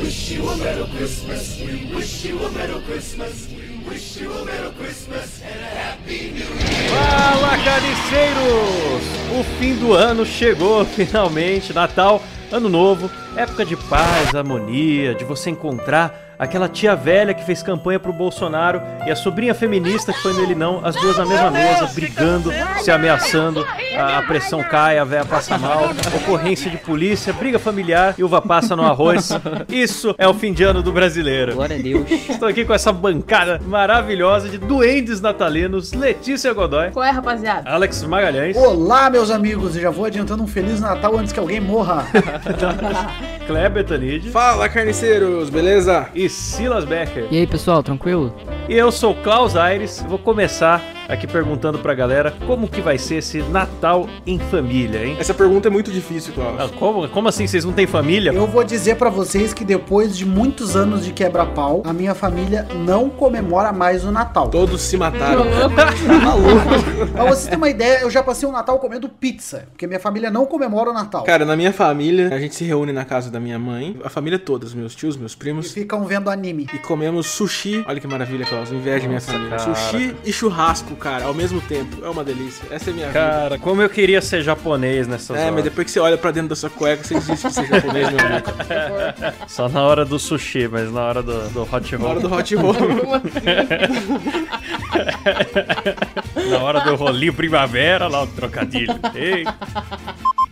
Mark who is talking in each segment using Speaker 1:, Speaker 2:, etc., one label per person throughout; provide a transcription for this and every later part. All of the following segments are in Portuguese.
Speaker 1: wish you a Merry Christmas. We wish you a Merry Christmas. We wish you a Merry Christmas and a Happy New Year.
Speaker 2: Fala, carniceiros! O fim do ano chegou finalmente, Natal, Ano Novo, época de paz, harmonia, de você encontrar aquela tia velha que fez campanha pro Bolsonaro e a sobrinha feminista que foi nele não, as duas na mesma mesa, brigando, se ameaçando, a, a pressão cai, a velha passa mal, ocorrência de polícia, briga familiar e uva passa no arroz. Isso é o fim de ano do brasileiro.
Speaker 3: Glória a Deus.
Speaker 2: Estou aqui com essa bancada maravilhosa de duendes natalinos, Letícia Godoy,
Speaker 4: Qual é, rapaziada?
Speaker 2: Alex Magalhães,
Speaker 5: Olá, meus amigos, e já vou adiantando um Feliz Natal antes que alguém morra.
Speaker 2: Kleber Tanid
Speaker 6: Fala, carniceiros, beleza?
Speaker 2: e Silas Becker.
Speaker 3: E aí, pessoal, tranquilo?
Speaker 2: E eu sou Klaus Aires, vou começar aqui perguntando pra galera como que vai ser esse Natal em família, hein?
Speaker 6: Essa pergunta é muito difícil,
Speaker 2: Ah,
Speaker 6: Klaus.
Speaker 2: Como, como assim? Vocês não têm família?
Speaker 5: Eu vou dizer pra vocês que depois de muitos anos de quebra-pau, a minha família não comemora mais o Natal.
Speaker 6: Todos se mataram.
Speaker 5: Pra vocês terem uma ideia, eu já passei o Natal comendo pizza, porque minha família não comemora o Natal.
Speaker 6: Cara, na minha família, a gente se reúne na casa da minha mãe, a família toda, os meus tios, meus
Speaker 5: E
Speaker 6: primos,
Speaker 5: ficam vendo anime.
Speaker 6: e comemos sushi. Olha que maravilha, Klaus, inveja de minha
Speaker 2: Nossa,
Speaker 6: família.
Speaker 2: cara.
Speaker 6: Sushi e churrasco, cara, ao mesmo tempo. É uma delícia. Essa é minha vida.
Speaker 2: Cara, como eu queria ser japonês nessas
Speaker 6: É, mas
Speaker 2: horas.
Speaker 6: depois que você olha pra dentro da sua cueca, você desiste de ser japonês, meu amigo.
Speaker 2: Só na hora do sushi, mas na hora do, do hot
Speaker 6: Na hora
Speaker 2: roll.
Speaker 6: do hot roll.
Speaker 2: Na hora do rolinho primavera, lá o trocadilho. Ei,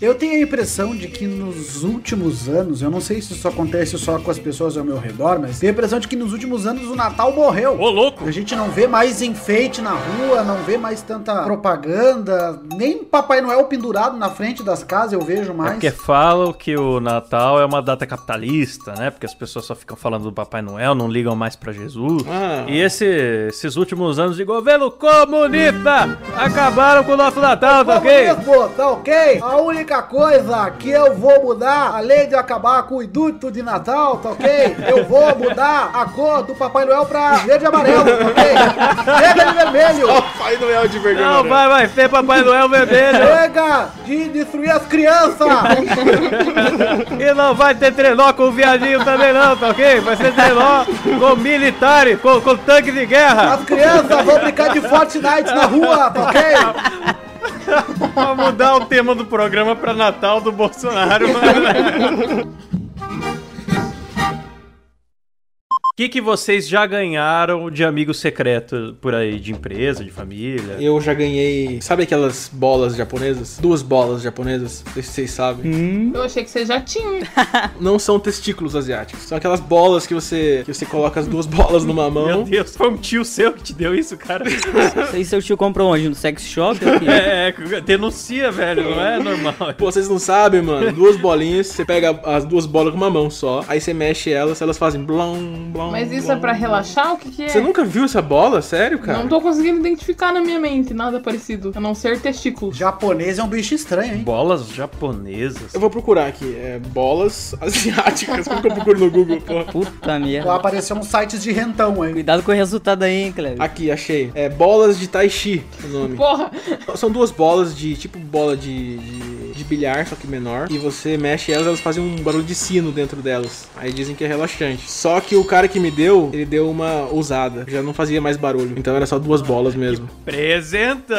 Speaker 5: Eu tenho a impressão de que nos últimos anos, eu não sei se isso acontece só com as pessoas ao meu redor, mas tenho a impressão de que nos últimos anos o Natal morreu.
Speaker 2: ô louco!
Speaker 5: A gente não vê mais enfeite na rua, não vê mais tanta propaganda, nem Papai Noel pendurado na frente das casas eu vejo
Speaker 2: É
Speaker 5: mais.
Speaker 2: porque falam que o Natal é uma data capitalista, né? Porque as pessoas só ficam falando do Papai Noel, não ligam mais pra Jesus.
Speaker 6: Ah.
Speaker 2: E esse- esses últimos anos de governo comunista acabaram com o nosso Natal, tá ok?
Speaker 5: Comunismo, tá ok? A única coisa que eu vou mudar, além de acabar com o indulto de Natal, tá ok? Eu vou mudar a cor do Papai Noel pra verde e amarelo, tá ok? Chega de vermelho!
Speaker 6: Pai Noel de verdade.
Speaker 2: Não, vai, vai ter Papai Noel vermelho
Speaker 5: Chega de destruir as crianças!
Speaker 2: e não vai ter trenó com viadinho também não, tá ok? Vai ser trenó com militares, com, com tanque de guerra.
Speaker 5: As crianças vão brincar de Fortnite na rua, tá ok?
Speaker 2: Pra mudar o tema do programa pra Natal do Bolsonaro, mano. O que, que vocês já ganharam de amigo secreto por aí? De empresa, de família?
Speaker 6: Eu já ganhei. Sabe aquelas bolas japonesas? Duas bolas japonesas, não sei se vocês sabem.
Speaker 4: Eu achei que você já tinha.
Speaker 6: Não são testículos asiáticos. São aquelas bolas que você, que você coloca as duas bolas numa
Speaker 2: Meu
Speaker 6: mão.
Speaker 2: Deus, foi um tio seu que te deu isso, cara?
Speaker 3: Isso aí seu tio comprou onde? No sex shop? aqui?
Speaker 2: É, é, denuncia, velho, não é normal.
Speaker 6: Pô, vocês não sabem, mano. Duas bolinhas, você pega as duas bolas com uma mão só. Aí você mexe elas, elas fazem blom, blom.
Speaker 4: Mas isso
Speaker 6: blom,
Speaker 4: é pra
Speaker 6: blom.
Speaker 4: relaxar? O que, que é?
Speaker 6: Você nunca viu essa bola? Sério, cara?
Speaker 4: Não tô conseguindo identificar na minha mente nada parecido, a não ser testículos.
Speaker 5: Japonês é um bicho estranho, hein?
Speaker 2: Bolas japonesas.
Speaker 6: Eu vou procurar aqui. É, bolas asiáticas. Como que eu procuro no Google, pô?
Speaker 3: Puta
Speaker 5: Lá
Speaker 3: merda.
Speaker 5: apareceu um site de rentão aí.
Speaker 3: Cuidado com o resultado aí, hein, Cleber.
Speaker 6: Aqui, achei. É bolas de tai chi o nome.
Speaker 4: Porra!
Speaker 6: São duas bolas de tipo bola de, de, de bilhar, só que menor. E você mexe elas, elas fazem um barulho de sino dentro delas. Aí dizem que é relaxante. Só que o cara que me deu, ele deu uma ousada. Já não fazia mais barulho. Então era só duas bolas mesmo.
Speaker 2: Apresenta!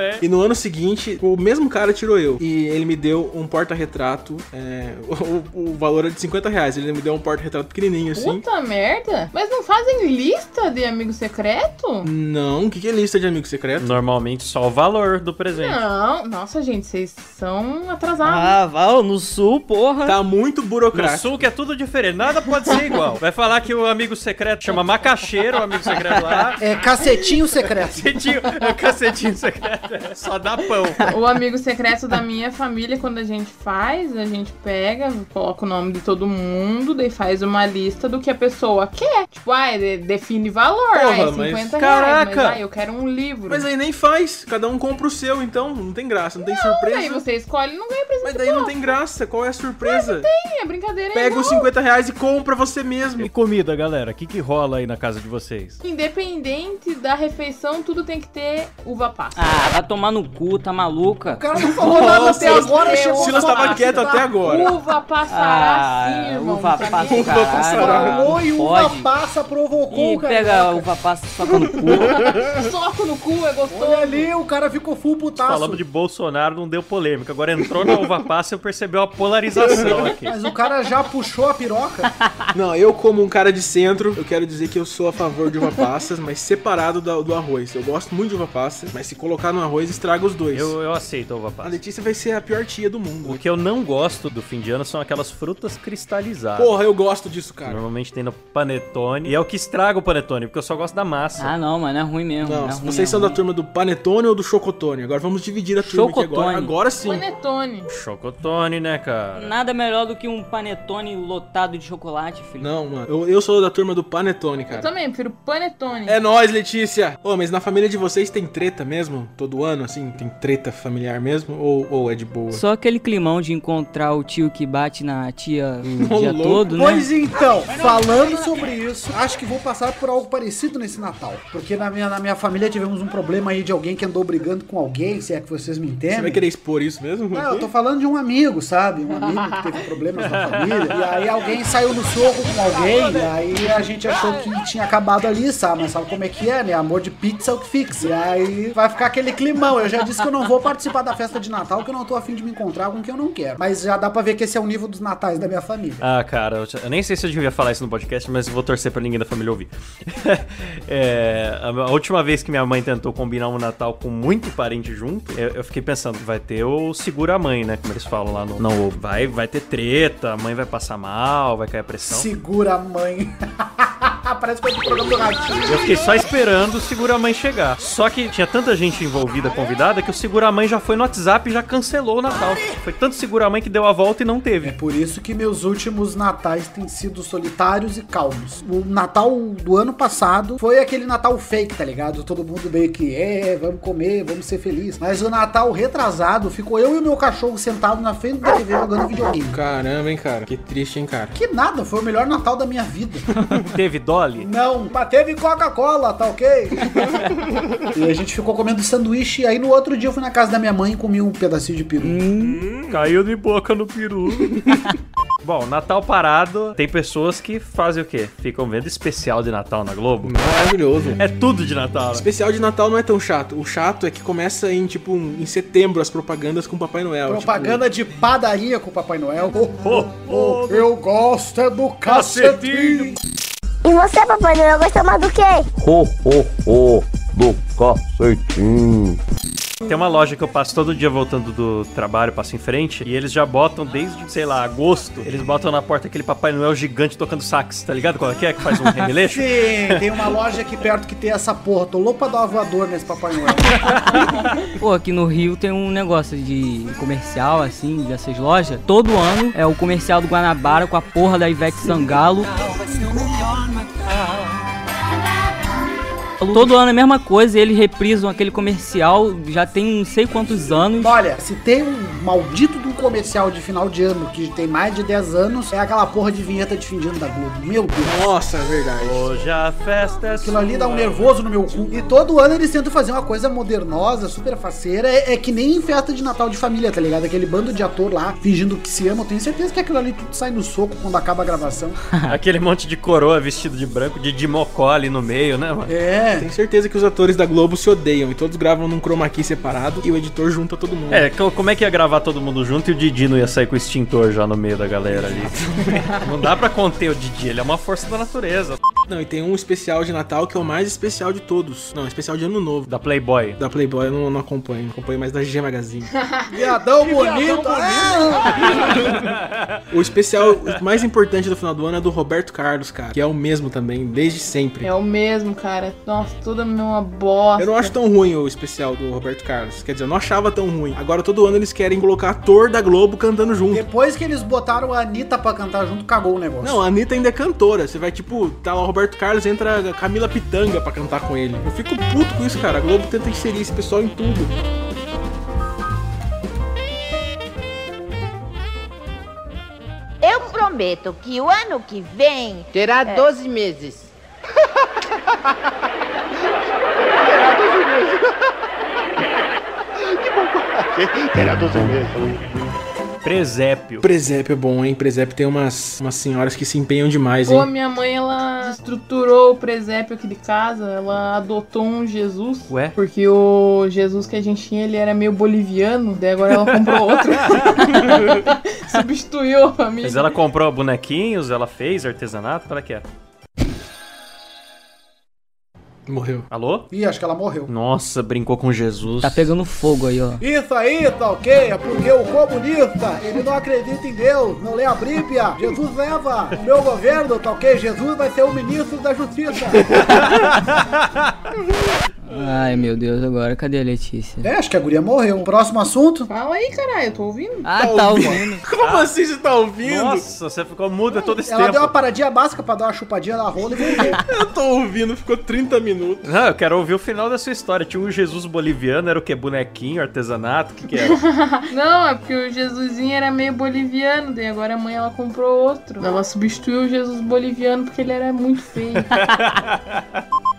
Speaker 2: é.
Speaker 6: E no ano seguinte, o mesmo cara tirou eu. E ele me deu um porta-retrato. é, o, o valor é de 50 reais. Ele me deu um porta-retrato pequenininho assim.
Speaker 4: Puta merda! Mas não fazem lista de amigo secreto?
Speaker 6: Não, o que, que é lista de amigo secreto?
Speaker 2: Normalmente só o valor do presente.
Speaker 4: Não, nossa gente, vocês são atrasados.
Speaker 3: Ah, Val, no sul, porra.
Speaker 6: Tá muito
Speaker 2: No
Speaker 6: burocrático.
Speaker 2: sul que é tudo diferente, nada pode ser igual. Vai falar que o amigo secreto chama macaxeiro, o amigo secreto lá.
Speaker 5: É cacetinho secreto.
Speaker 2: Cacetinho, é o cacetinho secreto, é, só dá pão.
Speaker 4: O amigo secreto da minha família, quando a gente faz, a gente pega, coloca o nome de todo mundo, daí faz uma lista do que a pessoa quer. Tipo, ai, de- define valor,
Speaker 6: Porra,
Speaker 4: ai,
Speaker 6: mas-
Speaker 4: 50 reais. Mas,
Speaker 2: Caraca!
Speaker 4: ai, eu quero um livro.
Speaker 6: Mas aí nem faz. Cada um compra o seu, então não tem graça, não tem
Speaker 4: Aí
Speaker 6: surpresa.
Speaker 4: você escolhe escolhe, não ganha presente.
Speaker 6: Mas daí não tem graça. Qual é a surpresa?
Speaker 4: Sim, a brincadeira é
Speaker 6: Pega
Speaker 4: igual.
Speaker 6: os 50 reais e compra você mesmo.
Speaker 2: E comida, galera? O que, que rola aí na casa de vocês?
Speaker 4: Independente da refeição, tudo tem que ter uva passa.
Speaker 3: Ah, vai tomar no cu, tá maluca?
Speaker 5: O cara não falou nada até
Speaker 6: Silas-
Speaker 5: agora,
Speaker 4: Deus,
Speaker 5: chegou
Speaker 4: Uva
Speaker 6: Silas tava
Speaker 4: passa.
Speaker 6: quieto até agora.
Speaker 4: Uva passará sim, irmão.
Speaker 3: Ah, uva
Speaker 4: sabia?
Speaker 3: passa,
Speaker 6: Uva
Speaker 3: caralho.
Speaker 6: passará.
Speaker 5: Falou e
Speaker 3: não
Speaker 5: uva
Speaker 3: pode.
Speaker 5: passa provocou
Speaker 3: E
Speaker 5: o cara.
Speaker 3: pega o uva passa e soca no cu.
Speaker 4: Soco no cu é gostoso.
Speaker 5: Olha ali, o cara ficou full putaço.
Speaker 2: Falamos de Bolsonaro, não deu polêmica. Agora entrou na uva passa e eu percebi uma polarização aqui.
Speaker 5: Mas o cara já puxou a piroca.
Speaker 3: Né?
Speaker 6: Não, eu como um cara de centro, eu quero dizer que eu sou a favor de uva passas, mas separado da- do arroz. Eu gosto muito de uva passa, mas se colocar no arroz, estraga os dois.
Speaker 2: Eu, eu aceito a uva
Speaker 6: A
Speaker 2: passa.
Speaker 6: Letícia vai ser a pior tia do
Speaker 2: O
Speaker 6: mundo.
Speaker 2: que eu não gosto do fim de ano são aquelas frutas cristalizadas.
Speaker 6: Porra, eu gosto disso, cara.
Speaker 2: Normalmente tem no panetone. E é o que estraga o panetone, porque eu só gosto da massa.
Speaker 3: Ah, não, mano, é ruim mesmo.
Speaker 6: Não,
Speaker 3: é ruim,
Speaker 6: vocês
Speaker 3: é
Speaker 6: são da
Speaker 3: ruim.
Speaker 6: turma do Panetone ou do Chocotone? Agora vamos dividir a turma aqui agora.
Speaker 3: Chocotone.
Speaker 6: Agora sim.
Speaker 4: Panetone.
Speaker 2: Chocotone, né, cara?
Speaker 3: Nada melhor do que um panetone lotado de chocolate, filho.
Speaker 6: Não, mano. Eu, eu sou da turma do Panetone,
Speaker 4: Eu
Speaker 6: cara.
Speaker 4: também prefiro panetone.
Speaker 6: É nóis, Letícia! Ô, mas na família de vocês tem treta mesmo? Todo ano, assim? Tem treta familiar mesmo? Ou, ou é de boa?
Speaker 3: Só aquele climão de encontrar o tio que bate na tia o
Speaker 6: Hum. Ô,
Speaker 3: dia
Speaker 6: louco.
Speaker 3: todo, né?
Speaker 5: Pois então, falando sobre isso, acho que vou passar por algo parecido nesse Natal. Porque na minha, na minha família tivemos um problema aí de alguém que andou brigando com alguém, se é que vocês me entendem.
Speaker 6: Você vai querer expor isso mesmo?
Speaker 5: Não, eu tô falando de um amigo, sabe? Um amigo que teve problemas na família. E aí alguém saiu no soco com alguém. E aí a gente achou que tinha acabado ali, sabe? Mas sabe como é que é, né? Amor de pizza é o que fixa. E aí vai ficar aquele climão. Eu já disse que eu não vou participar da festa de Natal, que eu não tô afim de me encontrar com quem eu não quero. Mas já dá pra ver que esse é o nível dos natais da minha família.
Speaker 2: Ah, cara, eu, eu nem sei se eu devia falar isso no podcast, mas eu vou torcer pra ninguém da família ouvir. É, a, a última vez que minha mãe tentou combinar um Natal com muito parente junto, eu, eu fiquei pensando, vai ter o segura a mãe, né? Como eles falam lá no. Não, vai, vai ter treta, a mãe vai passar mal, vai cair a pressão.
Speaker 5: Segura a mãe. Parece que foi do programa do Ratinho.
Speaker 2: Eu fiquei só esperando o Segura a Mãe chegar. Só que tinha tanta gente envolvida, convidada, que o Segura a Mãe já foi no WhatsApp e já cancelou o Natal. Foi tanto Segura a Mãe que deu a volta e não
Speaker 5: É
Speaker 2: teve.
Speaker 5: por isso que meus últimos natais têm sido solitários e calmos. O Natal do ano passado foi aquele Natal fake, tá ligado? Todo mundo meio que é, vamos comer, vamos ser felizes. Mas o Natal retrasado ficou eu e o meu cachorro sentado na frente da TV jogando videogame.
Speaker 6: Caramba, hein, cara. Que triste, hein, cara.
Speaker 5: Que nada, foi o melhor Natal da minha vida.
Speaker 2: Teve Dolly?
Speaker 5: Não, mas teve Coca-Cola, tá ok? e a gente ficou comendo sanduíche. E aí no outro dia eu fui na casa da minha mãe e comi um pedacinho de peru.
Speaker 2: Caiu de boca no peru. Bom, Natal parado, tem pessoas que fazem o quê? Ficam vendo especial de Natal na Globo.
Speaker 6: Maravilhoso.
Speaker 2: É tudo de Natal. né?
Speaker 6: Especial de Natal não é tão chato. O chato é que começa em, tipo, um- em setembro as propagandas com Papai Noel. tipo,
Speaker 5: Propaganda de padaria com o Papai Noel.
Speaker 2: Oh, oh,
Speaker 5: Eu gosto é do
Speaker 2: cacetinho.
Speaker 7: E você, Papai Noel, gosta mais do quê?
Speaker 8: ho, ho, ho, do cacetinho.
Speaker 2: Tem uma loja que eu passo todo dia voltando do trabalho, passo em frente, e eles já botam desde, sei lá, agosto, eles botam na porta aquele Papai Noel gigante tocando sax, tá ligado? Qual é que é que faz um remeleixo?
Speaker 5: Sim, tem uma loja aqui perto que tem essa porra. Tô louco pra dar uma voadora nesse Papai Noel.
Speaker 3: Pô, aqui no Rio tem um negócio de comercial, assim, dessas lojas. Todo ano é o comercial do Guanabara com a porra da Ivete Sangalo. Todo ano é a mesma coisa, eles reprisam aquele comercial já tem não sei quantos anos.
Speaker 5: Olha, se tem um maldito de um comercial de final de ano que tem mais de 10 anos, é aquela porra de vinheta de fim de ano da Globo. Meu Deus.
Speaker 6: Nossa, é verdade.
Speaker 2: Hoje a festa é
Speaker 5: Aquilo ali dá um
Speaker 2: sua.
Speaker 5: nervoso no meu cu. E todo ano eles tentam fazer uma coisa modernosa, super faceira. É, é que nem em festa de Natal de família, tá ligado? Aquele bando de ator lá fingindo que se ama. Eu tenho certeza que aquilo ali tudo sai no soco quando acaba a gravação.
Speaker 2: Aquele monte de coroa vestido de branco, de dimocó ali no meio, né, mano?
Speaker 5: É.
Speaker 6: Tenho certeza que os atores da Globo se odeiam e todos gravam num chroma key separado e o editor junta todo mundo.
Speaker 2: É, co- como é que ia gravar todo mundo junto e o Didi não ia sair com o extintor já no meio da galera ali? não dá pra conter o Didi, ele é uma força da natureza.
Speaker 6: Não, e tem um especial de Natal que é o mais especial de todos. Não, especial de Ano Novo.
Speaker 2: Da Playboy.
Speaker 6: Da Playboy eu não, não acompanho, acompanho mais da G Magazine.
Speaker 5: Viadão bonito. Ah!
Speaker 6: o especial mais importante do final do ano é do Roberto Carlos, cara, que é o mesmo também, desde sempre.
Speaker 4: É o mesmo, cara. Nossa, tudo é uma bosta.
Speaker 6: Eu não acho tão ruim o especial do Roberto Carlos. Quer dizer, eu não achava tão ruim. Agora todo ano eles querem colocar ator da Globo cantando junto.
Speaker 5: Depois que eles botaram a Anitta pra cantar junto, cagou o negócio.
Speaker 6: Não, a Anitta ainda é cantora. Você vai, tipo, tá lá o Roberto Carlos, entra a Camila Pitanga pra cantar com ele. Eu fico puto com isso, cara. A Globo tenta inserir esse pessoal em tudo.
Speaker 9: prometo que o ano que vem
Speaker 10: Terá
Speaker 4: É.
Speaker 10: 12 meses.
Speaker 1: Terá 12 meses.
Speaker 2: Presépio.
Speaker 6: Presépio é bom, hein? Presépio tem umas, umas senhoras que se empenham demais,
Speaker 4: Pô,
Speaker 6: hein?
Speaker 4: minha mãe, ela estruturou o presépio aqui de casa, ela adotou um Jesus.
Speaker 2: Ué?
Speaker 4: Porque o Jesus que a gente tinha, ele era meio boliviano, daí agora ela comprou outro. Substituiu a família.
Speaker 2: Mas ela comprou bonequinhos, ela fez artesanato, para que é?
Speaker 6: Morreu.
Speaker 2: Alô?
Speaker 5: Ih, acho que ela morreu.
Speaker 2: Nossa, brincou com Jesus.
Speaker 3: Tá pegando fogo aí, ó.
Speaker 5: Isso aí, tá ok? É porque o comunista, ele não acredita em Deus, não lê a Bíblia. Jesus leva o meu governo, tá ok? Jesus vai ser o ministro da justiça.
Speaker 3: Ai, meu Deus, agora cadê a Letícia?
Speaker 5: é, acho que a guria morreu. Próximo assunto?
Speaker 4: Fala aí, caralho, eu tô ouvindo.
Speaker 3: Ah, tá ouvindo.
Speaker 6: Como assim você tá ouvindo?
Speaker 2: Nossa, você ficou muda todo esse
Speaker 5: Ela
Speaker 2: tempo.
Speaker 5: deu uma paradinha básica pra dar uma chupadinha na rola e voltou.
Speaker 6: Eu tô ouvindo, ficou 30 minutos.
Speaker 2: Não, eu quero ouvir o final da sua história. Tinha um Jesus boliviano, era o quê? Bonequinho, artesanato? O que, que era?
Speaker 4: Não, é porque o Jesusinho era meio boliviano, daí agora a mãe, ela comprou outro. Ela substituiu o Jesus boliviano porque ele era muito feio.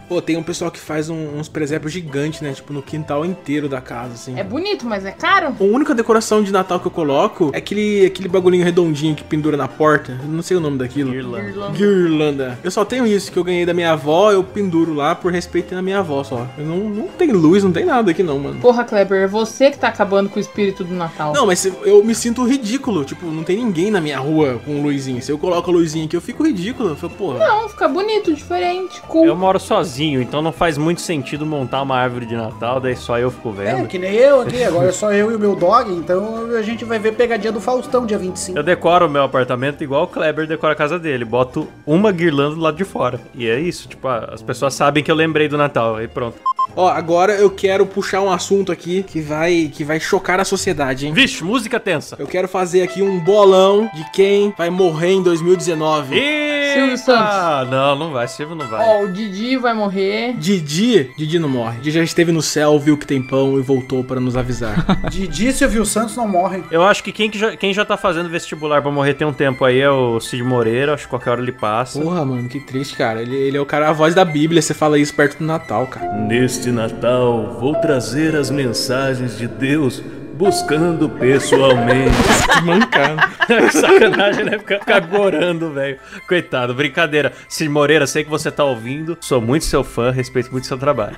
Speaker 6: Pô, tem um pessoal que faz um- uns presépios gigantes, né? Tipo, no quintal inteiro da casa, assim.
Speaker 4: é bonito, mas é caro?
Speaker 6: A única decoração de Natal que eu coloco é aquele, aquele bagulhinho redondinho que pendura na porta. Eu não sei o nome daquilo.
Speaker 2: Irlanda.
Speaker 6: Guirlanda. Eu só tenho isso que eu ganhei da minha avó, eu penduro lá por respeito na minha avó só. Eu não, não tem luz, não tem nada aqui não, mano.
Speaker 4: Porra, Kleber, é você que tá acabando com o espírito do Natal.
Speaker 6: Não, mas eu me sinto ridículo. Tipo, não tem ninguém na minha rua com luzinha. Se eu coloco a luzinha aqui, eu fico ridículo. Eu falo, porra.
Speaker 4: Não, fica bonito, diferente, cool.
Speaker 2: Eu moro sozinho, então não faz muito sentido montar uma árvore de Natal, daí só eu fico
Speaker 5: É,
Speaker 2: vendo.
Speaker 5: que nem eu aqui, agora é só eu e o meu dog, então a gente vai ver pegadinha do Faustão dia 25.
Speaker 2: Eu decoro o meu apartamento igual o Kleber decora a casa dele. Boto uma guirlanda do lado de fora. E é isso, tipo, ah, as pessoas sabem que eu lembrei do Natal, aí pronto.
Speaker 6: Ó, agora eu quero puxar um assunto aqui que vai que vai chocar a sociedade, hein?
Speaker 2: Vixe, música tensa.
Speaker 6: Eu quero fazer aqui um bolão de quem vai morrer em 2019.
Speaker 2: Eita!
Speaker 4: Santos.
Speaker 2: Não, não vai, Silvio não vai.
Speaker 4: Ó, o Didi vai morrer.
Speaker 6: Didi, Didi não morre. Didi já esteve no céu, viu que tem pão e voltou para nos avisar.
Speaker 5: Didi e Silvio Santos não morrem.
Speaker 2: Eu acho que quem, que já, quem já tá fazendo vestibular pra morrer tem um tempo aí é o Cid Moreira, acho que qualquer hora ele passa.
Speaker 6: Porra, mano, que triste, cara. Ele, ele é o cara, a voz da Bíblia, você fala isso perto do Natal, cara.
Speaker 1: Neste Natal vou trazer as mensagens de Deus buscando pessoalmente.
Speaker 6: Que mancado.
Speaker 2: que sacanagem, né? Ficar ficar gorando, velho. Coitado, brincadeira. Cid Moreira, sei que você tá ouvindo, sou muito seu fã, respeito muito seu trabalho.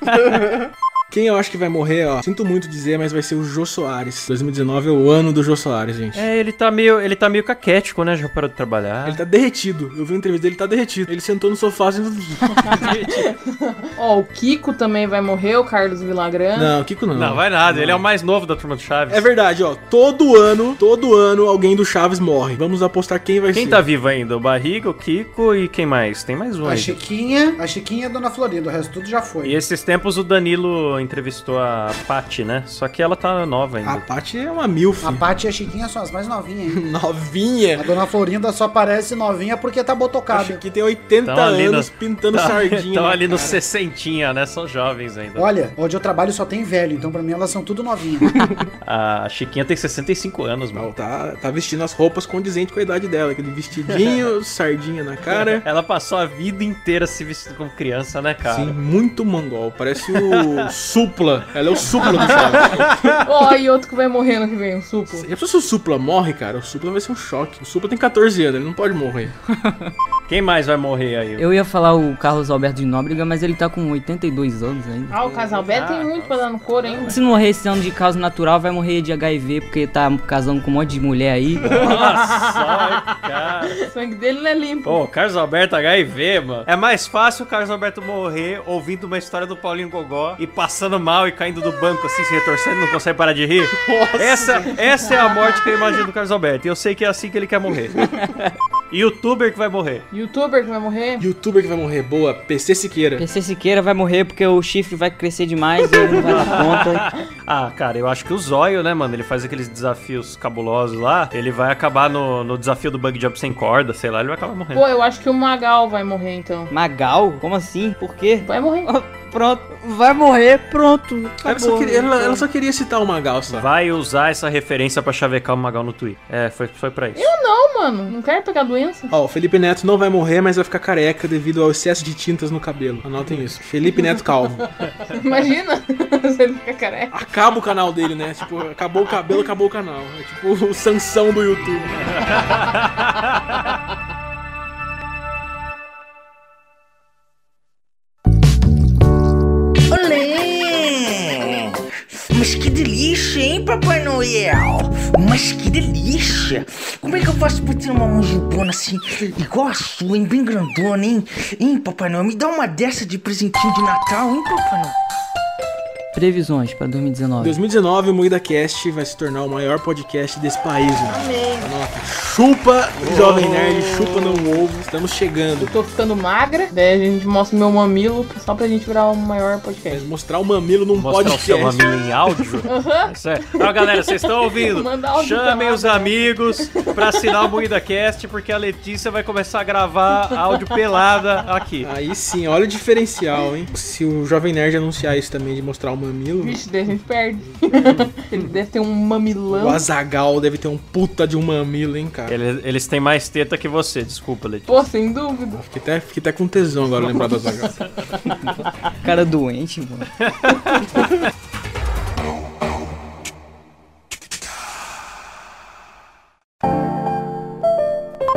Speaker 6: Quem eu acho que vai morrer, ó, sinto muito dizer, mas vai ser o Jô Soares. 2019 é o ano do Jô Soares, gente.
Speaker 2: É, ele tá meio, ele tá meio caquético, né? Já parou de trabalhar.
Speaker 6: Ele tá derretido. Eu vi uma entrevista dele, ele tá derretido. Ele sentou no sofá assim.
Speaker 4: Ó, o Kiko também vai morrer, o Carlos Villagrán.
Speaker 6: Não, Kiko não.
Speaker 2: Não, vai nada, ele é o mais novo da turma do Chaves.
Speaker 6: É verdade, ó. Todo ano, todo ano, alguém do Chaves morre. Vamos apostar quem vai
Speaker 2: Quem
Speaker 6: ser.
Speaker 2: tá vivo ainda? O Barriga, o Kiko e quem mais? Tem mais um
Speaker 5: A
Speaker 2: aí.
Speaker 5: Chiquinha, a Chiquinha é Dona Florinda, o resto tudo já foi.
Speaker 2: E esses tempos o Danilo entrevistou a Pati, né? Só que ela tá nova ainda.
Speaker 6: A Paty é uma milf.
Speaker 5: A Paty e a Chiquinha são as mais novinhas,
Speaker 2: é
Speaker 5: hein?
Speaker 6: Novinha.
Speaker 5: A Dona Florinda só parece novinha porque tá
Speaker 6: é Acho
Speaker 5: botocada.
Speaker 6: que tem 80
Speaker 2: Tão ali
Speaker 6: anos
Speaker 2: no-
Speaker 6: pintando
Speaker 2: Tá-
Speaker 6: sardinha.
Speaker 2: Tão
Speaker 6: na
Speaker 2: ali no
Speaker 6: cara.
Speaker 2: sessentinha, né? São jovens ainda.
Speaker 5: Olha, onde eu trabalho só tem velho, então pra mim elas são tudo novinhas.
Speaker 2: A Chiquinha tem 65 anos, mano.
Speaker 6: Não, tá, tá vestindo as roupas condizentes com a idade dela. Aquele vestidinho, sardinha na cara.
Speaker 2: Ela passou a vida inteira se vestindo como criança, né, cara?
Speaker 6: Sim, muito mongol. Parece o Supla. Ela é o Supla do Chaves.
Speaker 4: Ó, e outro que vai morrer ano que vem, o Suco.
Speaker 6: Já pensou se o Supla morre, cara? O Supla vai ser um choque. O Supla tem 14 anos, ele não pode morrer.
Speaker 2: Quem mais vai morrer aí?
Speaker 3: Eu ia falar o Carlos Alberto de Nóbrega, mas ele tá com 82 anos ainda.
Speaker 4: Ah, o Casalberto tem muito pra dar no couro ainda.
Speaker 3: Se não morrer esse ano de causa natural, vai morrer de HIV, porque tá casando com um monte de mulher aí.
Speaker 2: Nossa, cara.
Speaker 4: O sangue dele não é limpo.
Speaker 2: Pô, Carlos Alberto HIV, mano. É mais fácil o Carlos Alberto morrer ouvindo uma história do Paulinho Gogó e passando mal e caindo do banco assim, se retorcendo, não consegue parar de rir. Essa, essa é a morte que eu imagino do Carlos Alberto. E eu sei que é assim que ele quer morrer. Youtuber que vai morrer.
Speaker 4: Youtuber que vai morrer.
Speaker 6: Youtuber que vai morrer, boa. PC Siqueira.
Speaker 3: PC Siqueira vai morrer porque o chifre vai crescer demais e ele não vai dar conta.
Speaker 2: Ah, cara, eu acho que o Zóio, né, mano? Ele faz aqueles desafios cabulosos lá. Ele vai acabar no, no desafio do bug jump sem corda, sei lá, ele vai acabar morrendo.
Speaker 4: Pô, eu acho que o Magal vai morrer então.
Speaker 3: Magal? Como assim? Por quê?
Speaker 4: Vai morrer.
Speaker 3: pronto. Vai morrer, pronto.
Speaker 6: Tá Ela só,
Speaker 3: Acabou.
Speaker 6: queria, ela-
Speaker 2: então.
Speaker 6: ela só queria citar o Magal só.
Speaker 2: Vai usar essa referência pra chavecar o Magal no Twitter. É, foi, foi pra isso.
Speaker 4: Não, mano, não quero pegar doença.
Speaker 6: Ó, o Felipe Neto não vai morrer, mas vai ficar careca devido ao excesso de tintas no cabelo. Anotem isso. Felipe Neto calvo.
Speaker 4: Imagina se ele fica careca.
Speaker 6: Acaba o canal dele, né? Tipo, acabou o cabelo, acabou o canal. É tipo o Sansão do YouTube.
Speaker 1: Olê! Mas que delícia, hein, Papai Noel? Mas que delícia! Como é que eu faço pra ter uma manjubona assim, igual a sua, hein? Bem grandona, hein? Hein, Papai Noel? Me dá uma dessa de presentinho de Natal, hein, Papai Noel?
Speaker 3: Previsões pra 2019.
Speaker 6: 2019, o Moída Cast vai se tornar o maior podcast desse país, mano. Anota. Chupa, Jovem Nerd, chupa no ovo. Estamos chegando.
Speaker 4: Tô ficando magra, daí a gente mostra o meu mamilo só pra gente virar o maior
Speaker 6: Mas
Speaker 4: podcast.
Speaker 6: mostrar o mamilo
Speaker 4: um
Speaker 6: num
Speaker 2: Mostrar o seu
Speaker 6: podcast.
Speaker 2: mamilo em áudio? É sério. Ó, galera, vocês estão ouvindo?
Speaker 4: Manda áudio
Speaker 2: Chamem
Speaker 4: pra né?
Speaker 2: os amigos pra assinar o MoídaCast, porque a Letícia vai começar a gravar áudio pelada aqui.
Speaker 6: Aí sim, olha o diferencial, hein? Se o Jovem Nerd anunciar isso também de mostrar o mamilo,
Speaker 4: Vixe, daí a gente perde. ele deve ter um
Speaker 6: o
Speaker 4: mamilão.
Speaker 6: Azagal deve ter um puta de um mamilo, hein, cara?
Speaker 2: Eles, eles têm mais teta que você, desculpa, Letícia.
Speaker 4: Pô, sem dúvida.
Speaker 6: Fiquei até, fiquei até com tesão agora lembrar do Azagal.
Speaker 3: Cara doente, mano.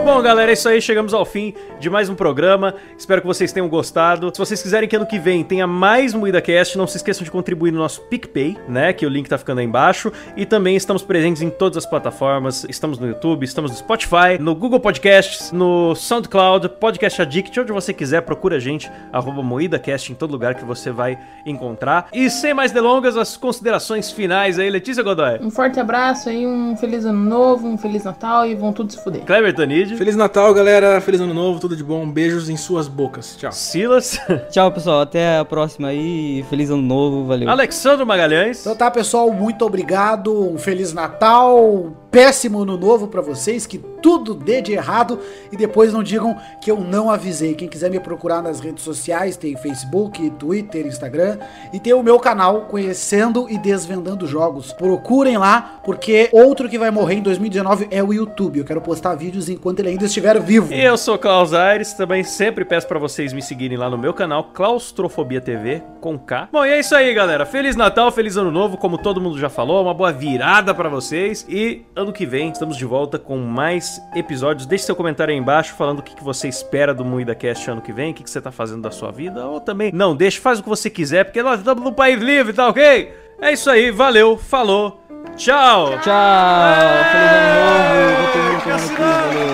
Speaker 2: Bom, galera, é isso aí. Chegamos ao fim de mais um programa. Espero que vocês tenham gostado. Se vocês quiserem que ano que vem tenha mais MoídaCast, não se esqueçam de contribuir no nosso PicPay, né? Que o link tá ficando aí embaixo. E também estamos presentes em todas as plataformas. Estamos no YouTube, estamos no Spotify, no Google Podcasts, no SoundCloud, Podcast Addict, onde você quiser, procura a gente, arroba MoídaCast em todo lugar que você vai encontrar. E sem mais delongas, as considerações finais aí, Letícia Godoy.
Speaker 4: Um forte abraço aí, um feliz ano novo, um feliz Natal e vão tudo se fuder.
Speaker 2: Kleber Tanid,
Speaker 6: Feliz Natal, galera. Feliz Ano Novo, tudo de bom. Beijos em suas bocas. Tchau.
Speaker 2: Silas,
Speaker 3: Tchau, pessoal. Até a próxima aí. Feliz ano novo. Valeu.
Speaker 2: Alexandre Magalhães.
Speaker 5: Então tá, pessoal, muito obrigado. Um feliz Natal, um péssimo ano novo pra vocês, que tudo dê de errado e depois não digam que eu não avisei. Quem quiser me procurar nas redes sociais, tem Facebook, Twitter, Instagram e tem o meu canal Conhecendo e Desvendando Jogos. Procurem lá, porque outro que vai morrer em 2019 é o YouTube. Eu quero postar vídeos enquanto ele ainda estiver vivo.
Speaker 2: E eu sou o Klaus Aires, também sempre peço pra vocês me seguirem lá no meu canal, Claustrofobia TV, com K. Bom, e é isso aí, galera. Feliz Natal, feliz Ano Novo, como todo mundo já falou, uma boa virada pra vocês. E ano que vem estamos de volta com mais episódios. Deixe seu comentário aí embaixo falando o que que você espera do Moída Cast ano que vem, o que que você tá fazendo da sua vida, ou também não, deixe, faz o que você quiser, porque nós estamos num país livre, tá ok? É isso aí, valeu, falou, tchau! É,
Speaker 3: Tchau. Feliz ano novo. Vou ter muito ano aqui,
Speaker 2: Cassinão.
Speaker 3: tá valeu.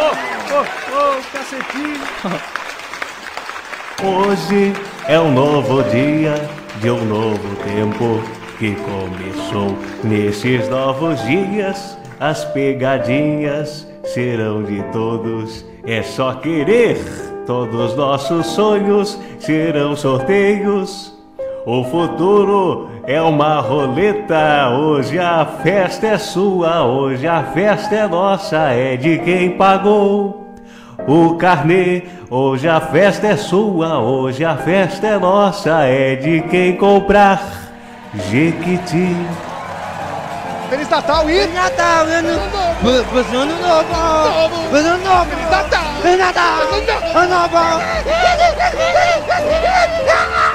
Speaker 2: Oh, oh, oh, cacetinho!
Speaker 1: Hoje é um novo dia de um novo tempo que começou. Nesses novos dias, as pegadinhas serão de todos. É só querer. Todos nossos sonhos serão sorteios. O futuro é uma roleta. Hoje a festa é sua, hoje a festa é nossa, é de quem pagou o carnê. Hoje a festa é sua, hoje a festa é nossa, é de quem comprar. Jequiti.
Speaker 5: Feliz Natal e.
Speaker 1: Natal!